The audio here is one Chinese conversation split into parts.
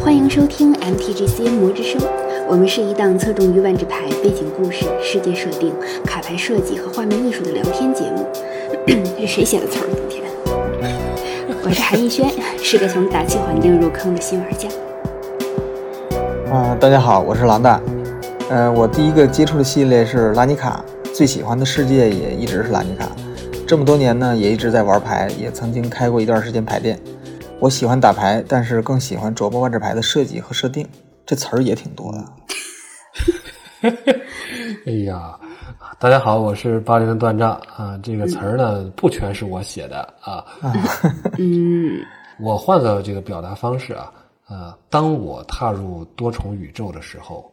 欢迎收听 MTGC 魔之声，我们是一档侧重于万智牌背景故事、世界设定、卡牌设计和画面艺术的聊天节目。 这谁写的词儿？今天，我是韩逸轩，是个从打气环境入坑的新玩家。嗯，大家好，我是狼大。呃，我第一个接触的系列是拉尼卡，最喜欢的世界也一直是拉尼卡。这么多年呢，也一直在玩牌，也曾经开过一段时间牌店。我喜欢打牌，但是更喜欢琢磨万智牌的设计和设定，这词儿也挺多的。哎呀，大家好，我是八零的段丈啊。这个词儿呢，不全是我写的啊。嗯，我换个这个表达方式啊，啊，当我踏入多重宇宙的时候，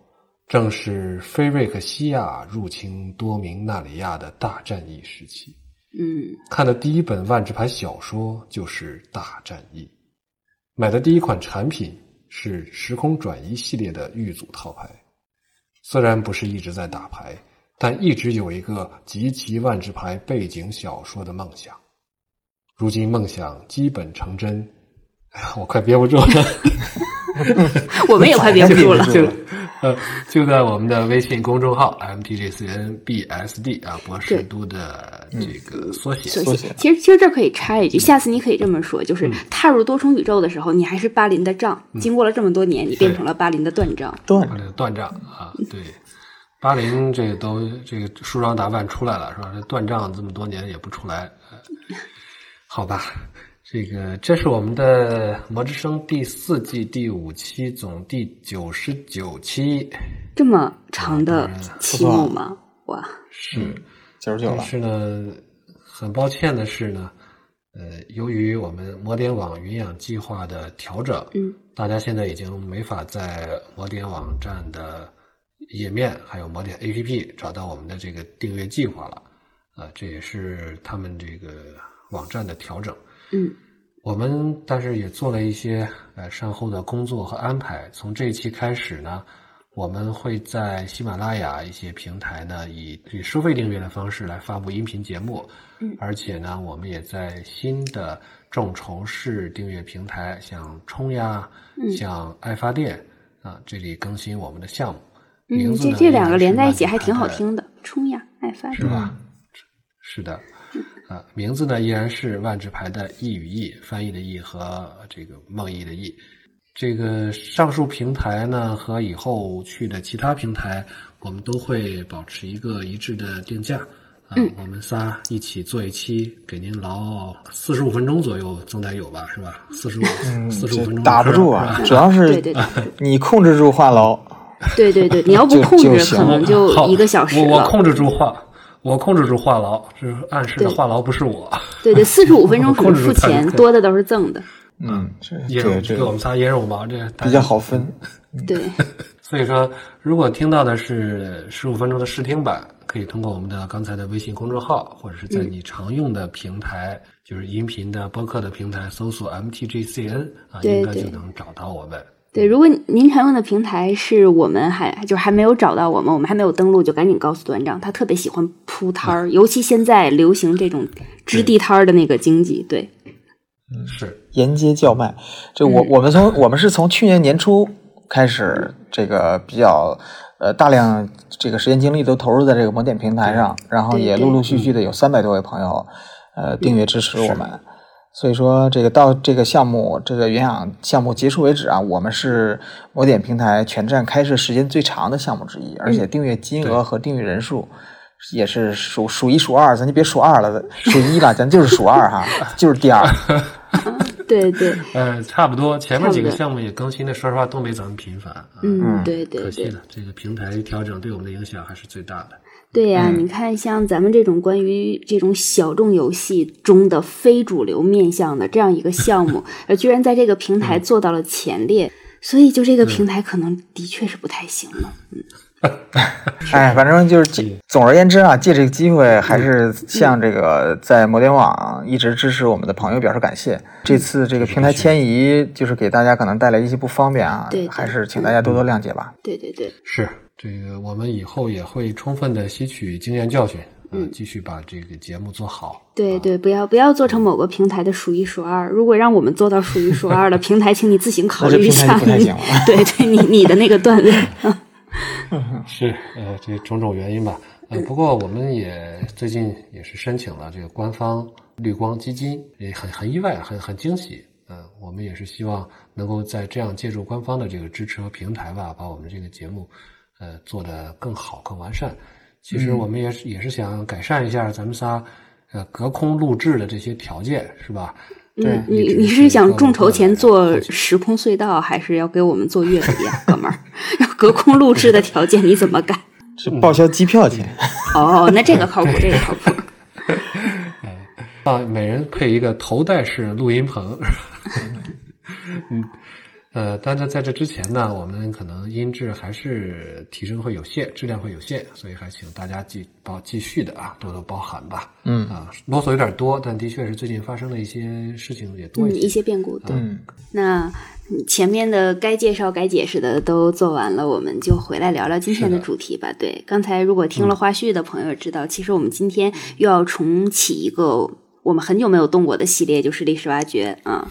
正是菲瑞克西亚入侵多明纳里亚的大战役时期。嗯，看的第一本万智牌小说就是《大战役》，买的第一款产品是《时空转移》系列的玉组套牌。虽然不是一直在打牌，但一直有一个集齐万智牌背景小说的梦想。如今梦想基本成真，哎呀，我快憋不住了。 我们也快憋不住了。就呃，就在我们的微信公众号 MTGCNBSD 啊，博士都的这个缩写。嗯所以其实其实这可以插一句，下次你可以这么说，就是踏入多重宇宙的时候，你还是巴林的丈，经过了这么多年，你变成了巴林的断丈。对，啊，这个断账啊，对，八零这个都这个梳妆打扮出来了是吧？这断账这么多年也不出来，呃好吧？这个这是我们的《魔之声》第四季第五期，总第九十九期。这么长的哎啊期目吗？哇，嗯，九十九但了。是呢，很抱歉的是呢，呃，由于我们魔点网云养计划的调整，嗯，大家现在已经没法在魔点网站的页面还有魔点 APP 找到我们的这个订阅计划了，啊、这也是他们这个网站的调整。嗯我们但是也做了一些呃善后的工作和安排。从这一期开始呢，我们会在喜马拉雅一些平台呢，以以收费订阅的方式来发布音频节目。嗯而且呢，我们也在新的众筹式订阅平台，像冲呀，嗯像爱发电啊，这里更新我们的项目。名嗯，字这呢这两个连在一起依然还是挺好万智牌听的，冲呀，爱发是吧？是的，啊，名字呢依然是万智牌的意与意，翻译的意和这个梦意的意。这个上述平台呢和以后去的其他平台，我们都会保持一个一致的定价。啊，嗯我们仨一起做一期，给您唠四十五分钟左右，总得有吧，是吧？四十五，嗯，四十五分这钟打不住是吧啊，主要对对是对你控制住话痨。对对对，你要不就控就制，行可能就好一个小时我我了。控制住话，我控制住话痨，这暗示对的话痨不是我。对对，四十五分钟我属于控制付住它就钱，可以多的都是赠的。嗯，这也这这这个我们仨也有毛，这大家比较。好分。嗯对，所以说，如果听到的是十五分钟的试听版，可以通过我们的刚才的微信公众号，或者是在你常用的平台，就是音频的播客的平台，搜索 MTGCN 啊，对应该就对能找到我们。对，如果您常用的平台是我们还就是还没有找到我们，我们还没有登录，就赶紧告诉段长，他特别喜欢铺摊儿，尤其现在流行这种支地摊儿的那个经济。对，嗯是，沿街叫卖。这我嗯我们从我们是从去年年初开始，这个比较呃大量这个时间精力都投入在这个萌点平台上，然后对也对嗯陆陆续续的有三百多位朋友呃订阅支持我们。所以说，这个到这个项目这个原养项目结束为止啊，我们是某点平台全站开设时间最长的项目之一，嗯而且订阅金额和订阅人数也是数数一数二，咱就别数二了，数一了，咱就是数二哈， 就是第二。对对，呃，差不多，前面几差个不多项目也更新的，说实话都没咱们频繁啊。嗯，对对可惜对，了，这个平台调整对我们的影响还是最大的。对呀、嗯你看像咱们这种关于这种小众游戏中的非主流面向的这样一个项 目，呃，居然在这个平台嗯做到了前列，所以就这个平台可能的确是不太行了。哎，反正就是借总而言之啊，借这个机会嗯还是向这个在摩点网一直支持我们的朋友表示感嗯谢。这次这个平台迁移，就是给大家可能带来一些不方便啊对对，嗯还是请大家多多谅解吧。对对对，是这个，我们以后也会充分的吸取经验教训呃，嗯继续把这个节目做好。啊对对，不要不要做成某个平台的数一数二。如果让我们做到数一数二的平台，请你自行考啊那这虑一平下台就不太你行了对对，你你的那个段位。是，呃，这种种原因吧。呃，不过我们也最近也是申请了这个官方绿光基金，也很很意外，很很惊喜。嗯、我们也是希望能够在这样借助官方的这个支持和平台吧，把我们这个节目，呃，做得更好、更完善。其嗯实我们也是、也是想改善一下咱们仨，呃，隔空录制的这些条件，是吧？ 对嗯，你一直你是是想做众筹前做做时空隧道，还是要给我们做月底呀，哥们儿？ 要隔空录制的条件你怎么改？是报销机票钱。哦，那这个靠谱，这个靠谱。啊，每人配一个头戴式录音棚。 嗯，呃，但是在这之前呢，我们可能音质还是提升会有限，质量会有限，所以还请大家继包继续的啊，多多包涵吧。嗯啊，啰嗦有点多，但的确是最近发生的一些事情也多嗯，一一些。些变故，对。 嗯，那嗯前面的该介绍、该解释的都做完了，我们就回来聊聊今天的主题吧。对，刚才如果听了花絮的朋友知道，其实我们今天又要重启一个我们很久没有动过的系列，就是历史挖掘啊。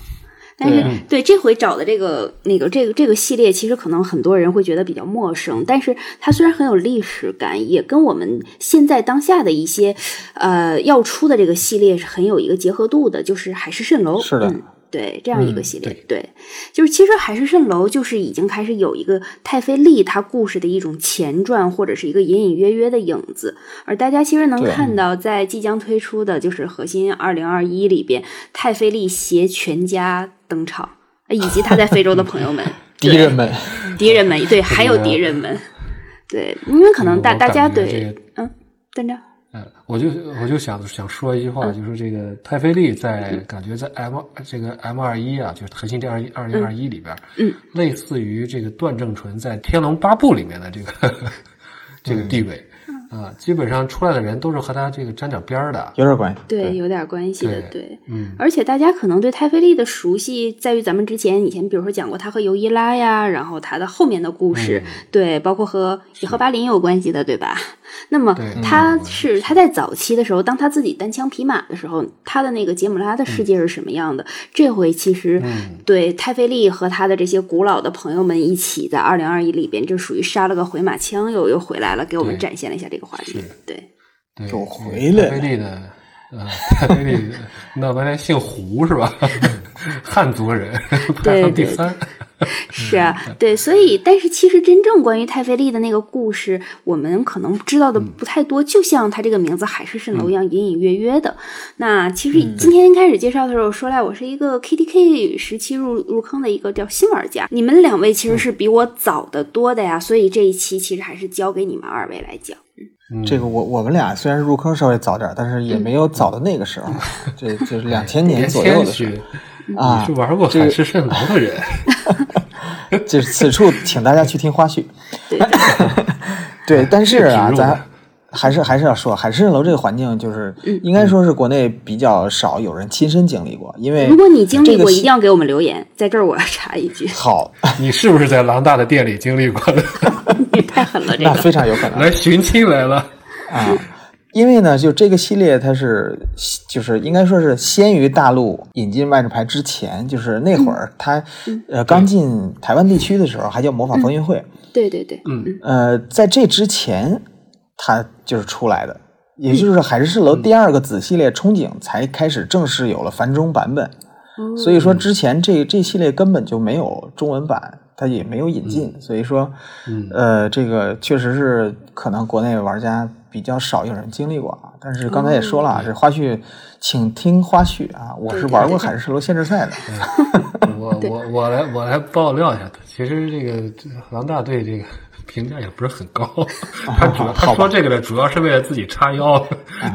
但是对对，这回找的这个那个这个这个系列，其实可能很多人会觉得比较陌生，但是它虽然很有历史感，也跟我们现在当下的一些呃要出的这个系列是很有一个结合度的，就是海市蜃楼。是的嗯对，这样一个嗯系列，对对，就是其实海市蜃楼就是已经开始有一个太妃丽她故事的一种前传，或者是一个隐隐约约的影子。而大家其实能对嗯看到，在即将推出的就是核心二零二一里边，太妃丽携全家登场，呃以及她在非洲的朋友 们、敌人们，对、敌人们，对，还有敌人们，对，因为可能大我大家感觉这对，个嗯，等着，呃，我就我就想想说一句嗯话，就是这个太妃丽在感觉在 M 这个 M 二一啊，就是核心电二二零二一里边，嗯，类似于这个段正淳在《天龙八部》里面的这个嗯 这个地位啊，基本上出来的人都是和他这个沾点边儿的，有点关系。对，对有点关系的，对对嗯，而且大家可能对太妃丽的熟悉在于咱们之前以前，比如说讲过她和尤伊拉呀，然后她的后面的故嗯事，对，包括和也和巴林有关系的，对吧？那么对她嗯是她在早期的时候，当她自己单枪匹马的时候，她的那个杰姆拉的世界是什么样的？这回其实嗯对太妃丽和她的这些古老的朋友们一起，在二零二一里边，就属于杀了个回马枪，又又回来了，给我们对展现了一下这个话题是。对，对，又这个回来了太妃丽的，呃， 太妃丽，那完全姓胡是吧？ 汉族人排对行第对三，是啊，对，所以，但是其实真正关于太妃丽的那个故事，我们可能知道的不太多，就像它这个名字“海市蜃楼”一样，隐隐约约的。那其实今天开始介绍的时候说来，我是一个 KDK 时期入入坑的一个叫新玩家，你们两位其实是比我早的多的呀，所以这一期其实还是交给你们二位来讲。嗯这个我我们俩虽然入坑稍微早点，但是嗯也没有早到那 个时候，这就是两千年别左右谦的虚，事你啊是。玩过这海个市蜃楼的人。就是此处请大家去听花絮。对对对，但是啊这，个植入咱还是还是要说，海市蜃楼这个环境，就是应该说是国内比较少有人亲身经历过，因为如果你经历哎这个过，一系，定要给我们留言。在这儿我要插一句好，你是不是在狼大的店里经历过 的？你太狠了，这 那个非常有可能。来寻亲来了，啊，因为呢，就这个系列它是就是应该说是先于大陆引进万智牌之前，就是那会儿它、嗯呃刚进台湾地区的时候还叫魔法风云会，对对对，呃，在这之前它就是出来的。也就是海市蜃嗯楼第二个子系列《憧憬》才开始正式有了繁中版本，所以说之前这这系列根本就没有中文版，它也没有引进，嗯所以说，呃，这个确实是可能国内玩家比较少有人经历过啊。但是刚才也说了啊，这花絮，请听花絮啊，我是玩过海市蜃楼限制赛的，嗯我我我来我来爆料一下，其实这个这狼大对这个评价也不是很高， 他主要他好吧说这个呢，主要是为了自己叉腰，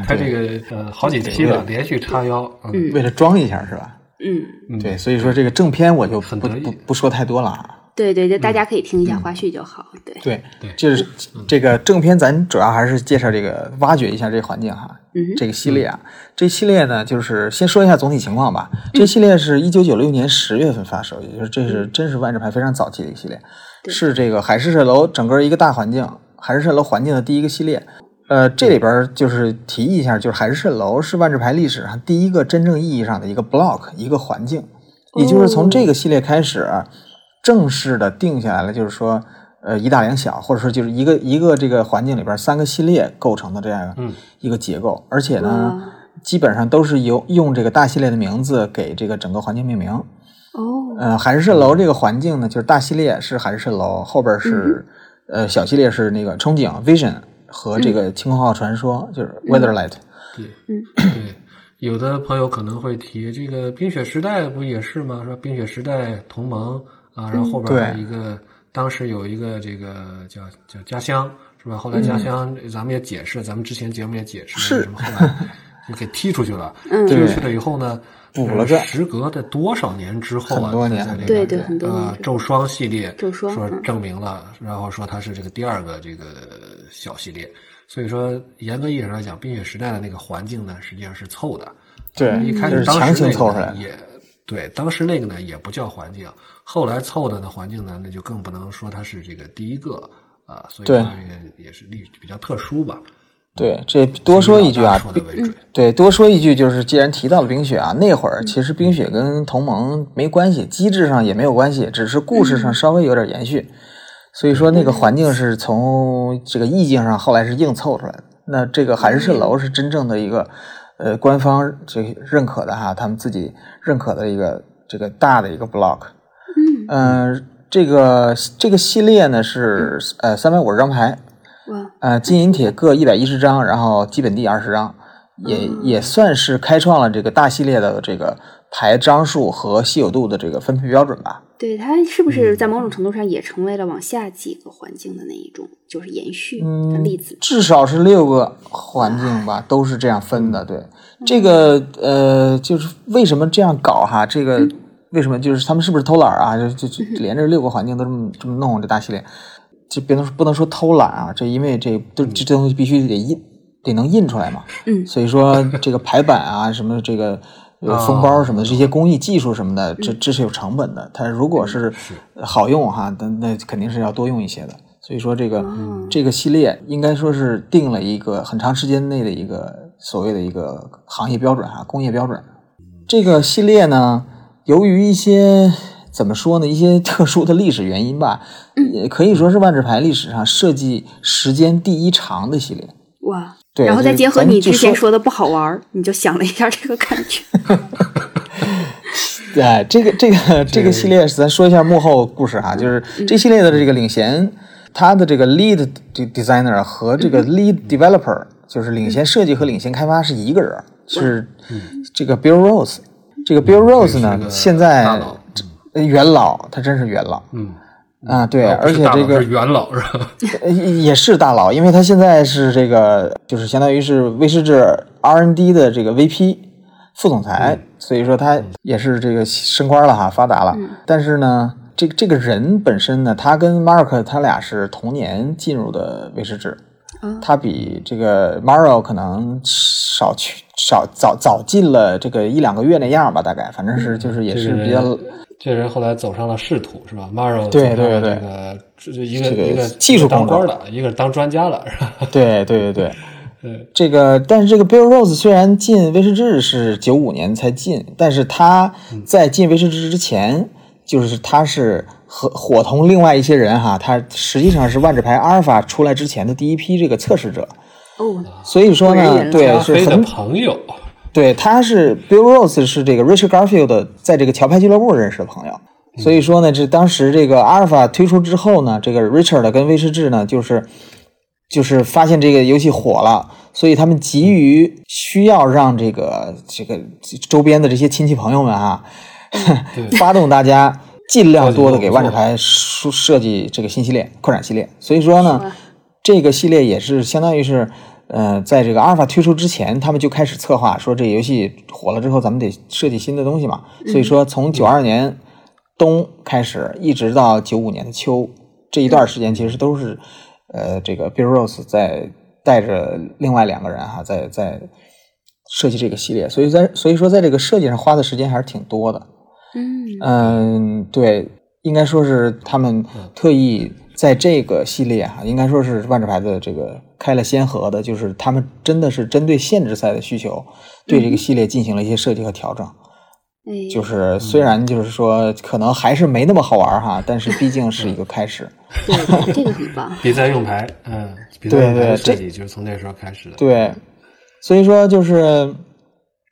他这个呃好几期了，连续叉腰，嗯为了装一下是吧？嗯。对，所以说这个正片我就不很不得意不不说太多了啊。对对对，大家可以听一下花絮就好。对，对对就是这个正片，咱主要还是介绍这个挖掘一下这个环境哈，嗯哼这个系列啊，这系列呢，就是先说一下总体情况吧。嗯这系列是一九九六年十月份发售，也就是这是真是万智牌非常早期的一个系列，嗯对是这个海市蜃楼整个一个大环境，海市蜃楼环境的第一个系列。呃，这里边儿就是提议一下，就是海市蜃楼是万智牌历史上第一个真正意义上的一个 block，一个环境，也就是从这个系列开始，啊正式的定下来了，就是说，呃，一大两小，或者说就是一个一个这个环境里边儿三个系列构成的这样一个结构，而且呢，基本上都是由用这个大系列的名字给这个整个环境命名。哦，呃，海市蜃嗯楼这个环境呢，就是大系列是海市蜃楼，后边是、呃小系列是那个憧憬 Vision 和嗯这个晴空号传说，就是 Weatherlight。对， 对，有的朋友可能会提这个冰雪时代不也是吗？说冰雪时代同盟啊，然后后嗯边对还有一个，当时有一个这个叫叫家乡是吧？后来家乡咱们也解释，咱们之前节目也解释嗯了，为是什么后来就给踢出去了，嗯踢出去了以后呢？补呃了个时隔的多少年之后啊？很多年在这个对对很多年呃之后咒霜系列，咒霜说嗯证明了，然后说它是这个第二个这个小系列，所以说严格意义上来讲，冰雪时代的那个环境呢，实际上是凑的，对一开就始是当时强行那个凑呢出来的也对，当时那个呢也不叫环境，后来凑的呢环境呢，那就更不能说它是这个第一个啊，所以对说这个也是历比较特殊吧。对，这多说一句啊以老大，说的为准，对，多说一句就是，既然提到了冰雪啊，那会儿其实冰雪跟同盟没关系，机制上也没有关系，只是故事上稍微有点延续。所以说那个环境是从这个意境上后来是硬凑出来的。那这个海市蜃楼是真正的一个，呃，官方这个认可的哈，他们自己认可的一个这个大的一个 block。嗯，嗯、这个这个系列呢是呃三百五十张牌，哇，呃，金银铁各一百一十张，然后基本地二十张，也也算是开创了这个大系列的这个牌张数和稀有度的这个分配标准吧。对，它是不嗯是在某种程度上也成为了往下几个环境的那一种，就是延续嗯的例子？至少是六个环境吧，都是这样分的。对，这个呃，就是为什么这样搞哈？这个为什么就是他们是不是偷懒儿啊？就就就连着六个环境都这么这么弄这大系列，这别能说不能说偷懒啊，这因为这都这东西必须得印得能印出来嘛。嗯所以说这个排版啊，什么这个呃封包什么的，这些工艺技术什么的，这这是有成本的。它如果是好用哈，那那肯定是要多用一些的。所以说这个这个系列应该说是定了一个很长时间内的一个所谓的一个行业标准哈，工业标准。这个系列呢，由于一些怎么说呢，一些特殊的历史原因吧，也可以说是万智牌历史上设计时间第一长的系列。哇，对然后再就结合咱们你就之前说说的不好玩儿，你就想了一下这个感 觉。对，哎这个这个这个系列，咱说一下幕后故事哈，就是这系列的这个领衔，它的这个 lead de- designer 和这个 lead developer，就是领衔设计和领衔开发是一个人儿，是这个 Bill Rose。这个 Bill 嗯这 Rose 是呢个，现大在佬这呃元老，他真是元老嗯，啊，对，而不是且大佬这个是元老是吧？呃也是大佬，因为他现在是这个，就是相当于是威士忌 R&D 的这个 VP 副总嗯裁，所以说他也是这个升官了哈，发达了。嗯但是呢，这这个人本身呢，他跟 Mark 他俩是同年进入的威士忌，哦他比这个 Maro 可能少去少早早进了这个一两个月那样吧，大概反正是就是也是比较。嗯这个人这人后来走上了仕途是吧？Maro 对走上了对对这个这这一个这个一个技术当工作官了，一个当专家了是吧？对对对对对，这个但是这个 Bill Rose 虽然进威士忌是九五年才进，但是他在进威士忌之前，就是他是和伙同另外一些人哈，他实际上是万智牌阿尔法出来之前的第一批这个测试者，哦，所以说果然呢，人对加是菲的很朋友，对，他是 Bill Rose 是这个 Richard Garfield 在这个桥牌俱乐部认识的朋友，所以说呢，这当时这个阿尔法推出之后呢，这个 Richard 跟威士忌呢，就是就是发现这个游戏火了，所以他们急于需要让这个这个周边的这些亲戚朋友们啊，对 发动大家尽量多的给万智抓牌设设计这个新系列扩展系列，所以说呢是吧，这个系列也是相当于是，呃，在这个阿尔法推出之前，他们就开始策划说这游戏火了之后，咱们得设计新的东西嘛。所以说，从九二年冬开始，一直到九五年的秋这一段时间，其实都是，呃，这个 Bill Rose 在带着另外两个人哈，在在设计这个系列，所以在所以说在这个设计上花的时间还是挺多的。嗯，嗯，对，应该说是他们特意在这个系列哈、应该说是万智牌的这个开开了先河的，就是他们真的是针对限制赛的需求，对这个系列进行了一些设计和调整。哎，就是虽然就是说可能还是没那么好玩哈，但是毕竟是一个开始。对，这个很棒。比赛用牌，嗯，比赛用牌对的对设这计就是从那时候开始的。，对，所以说就是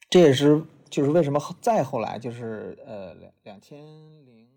这也是就是为什么后再后来就是呃两两千零。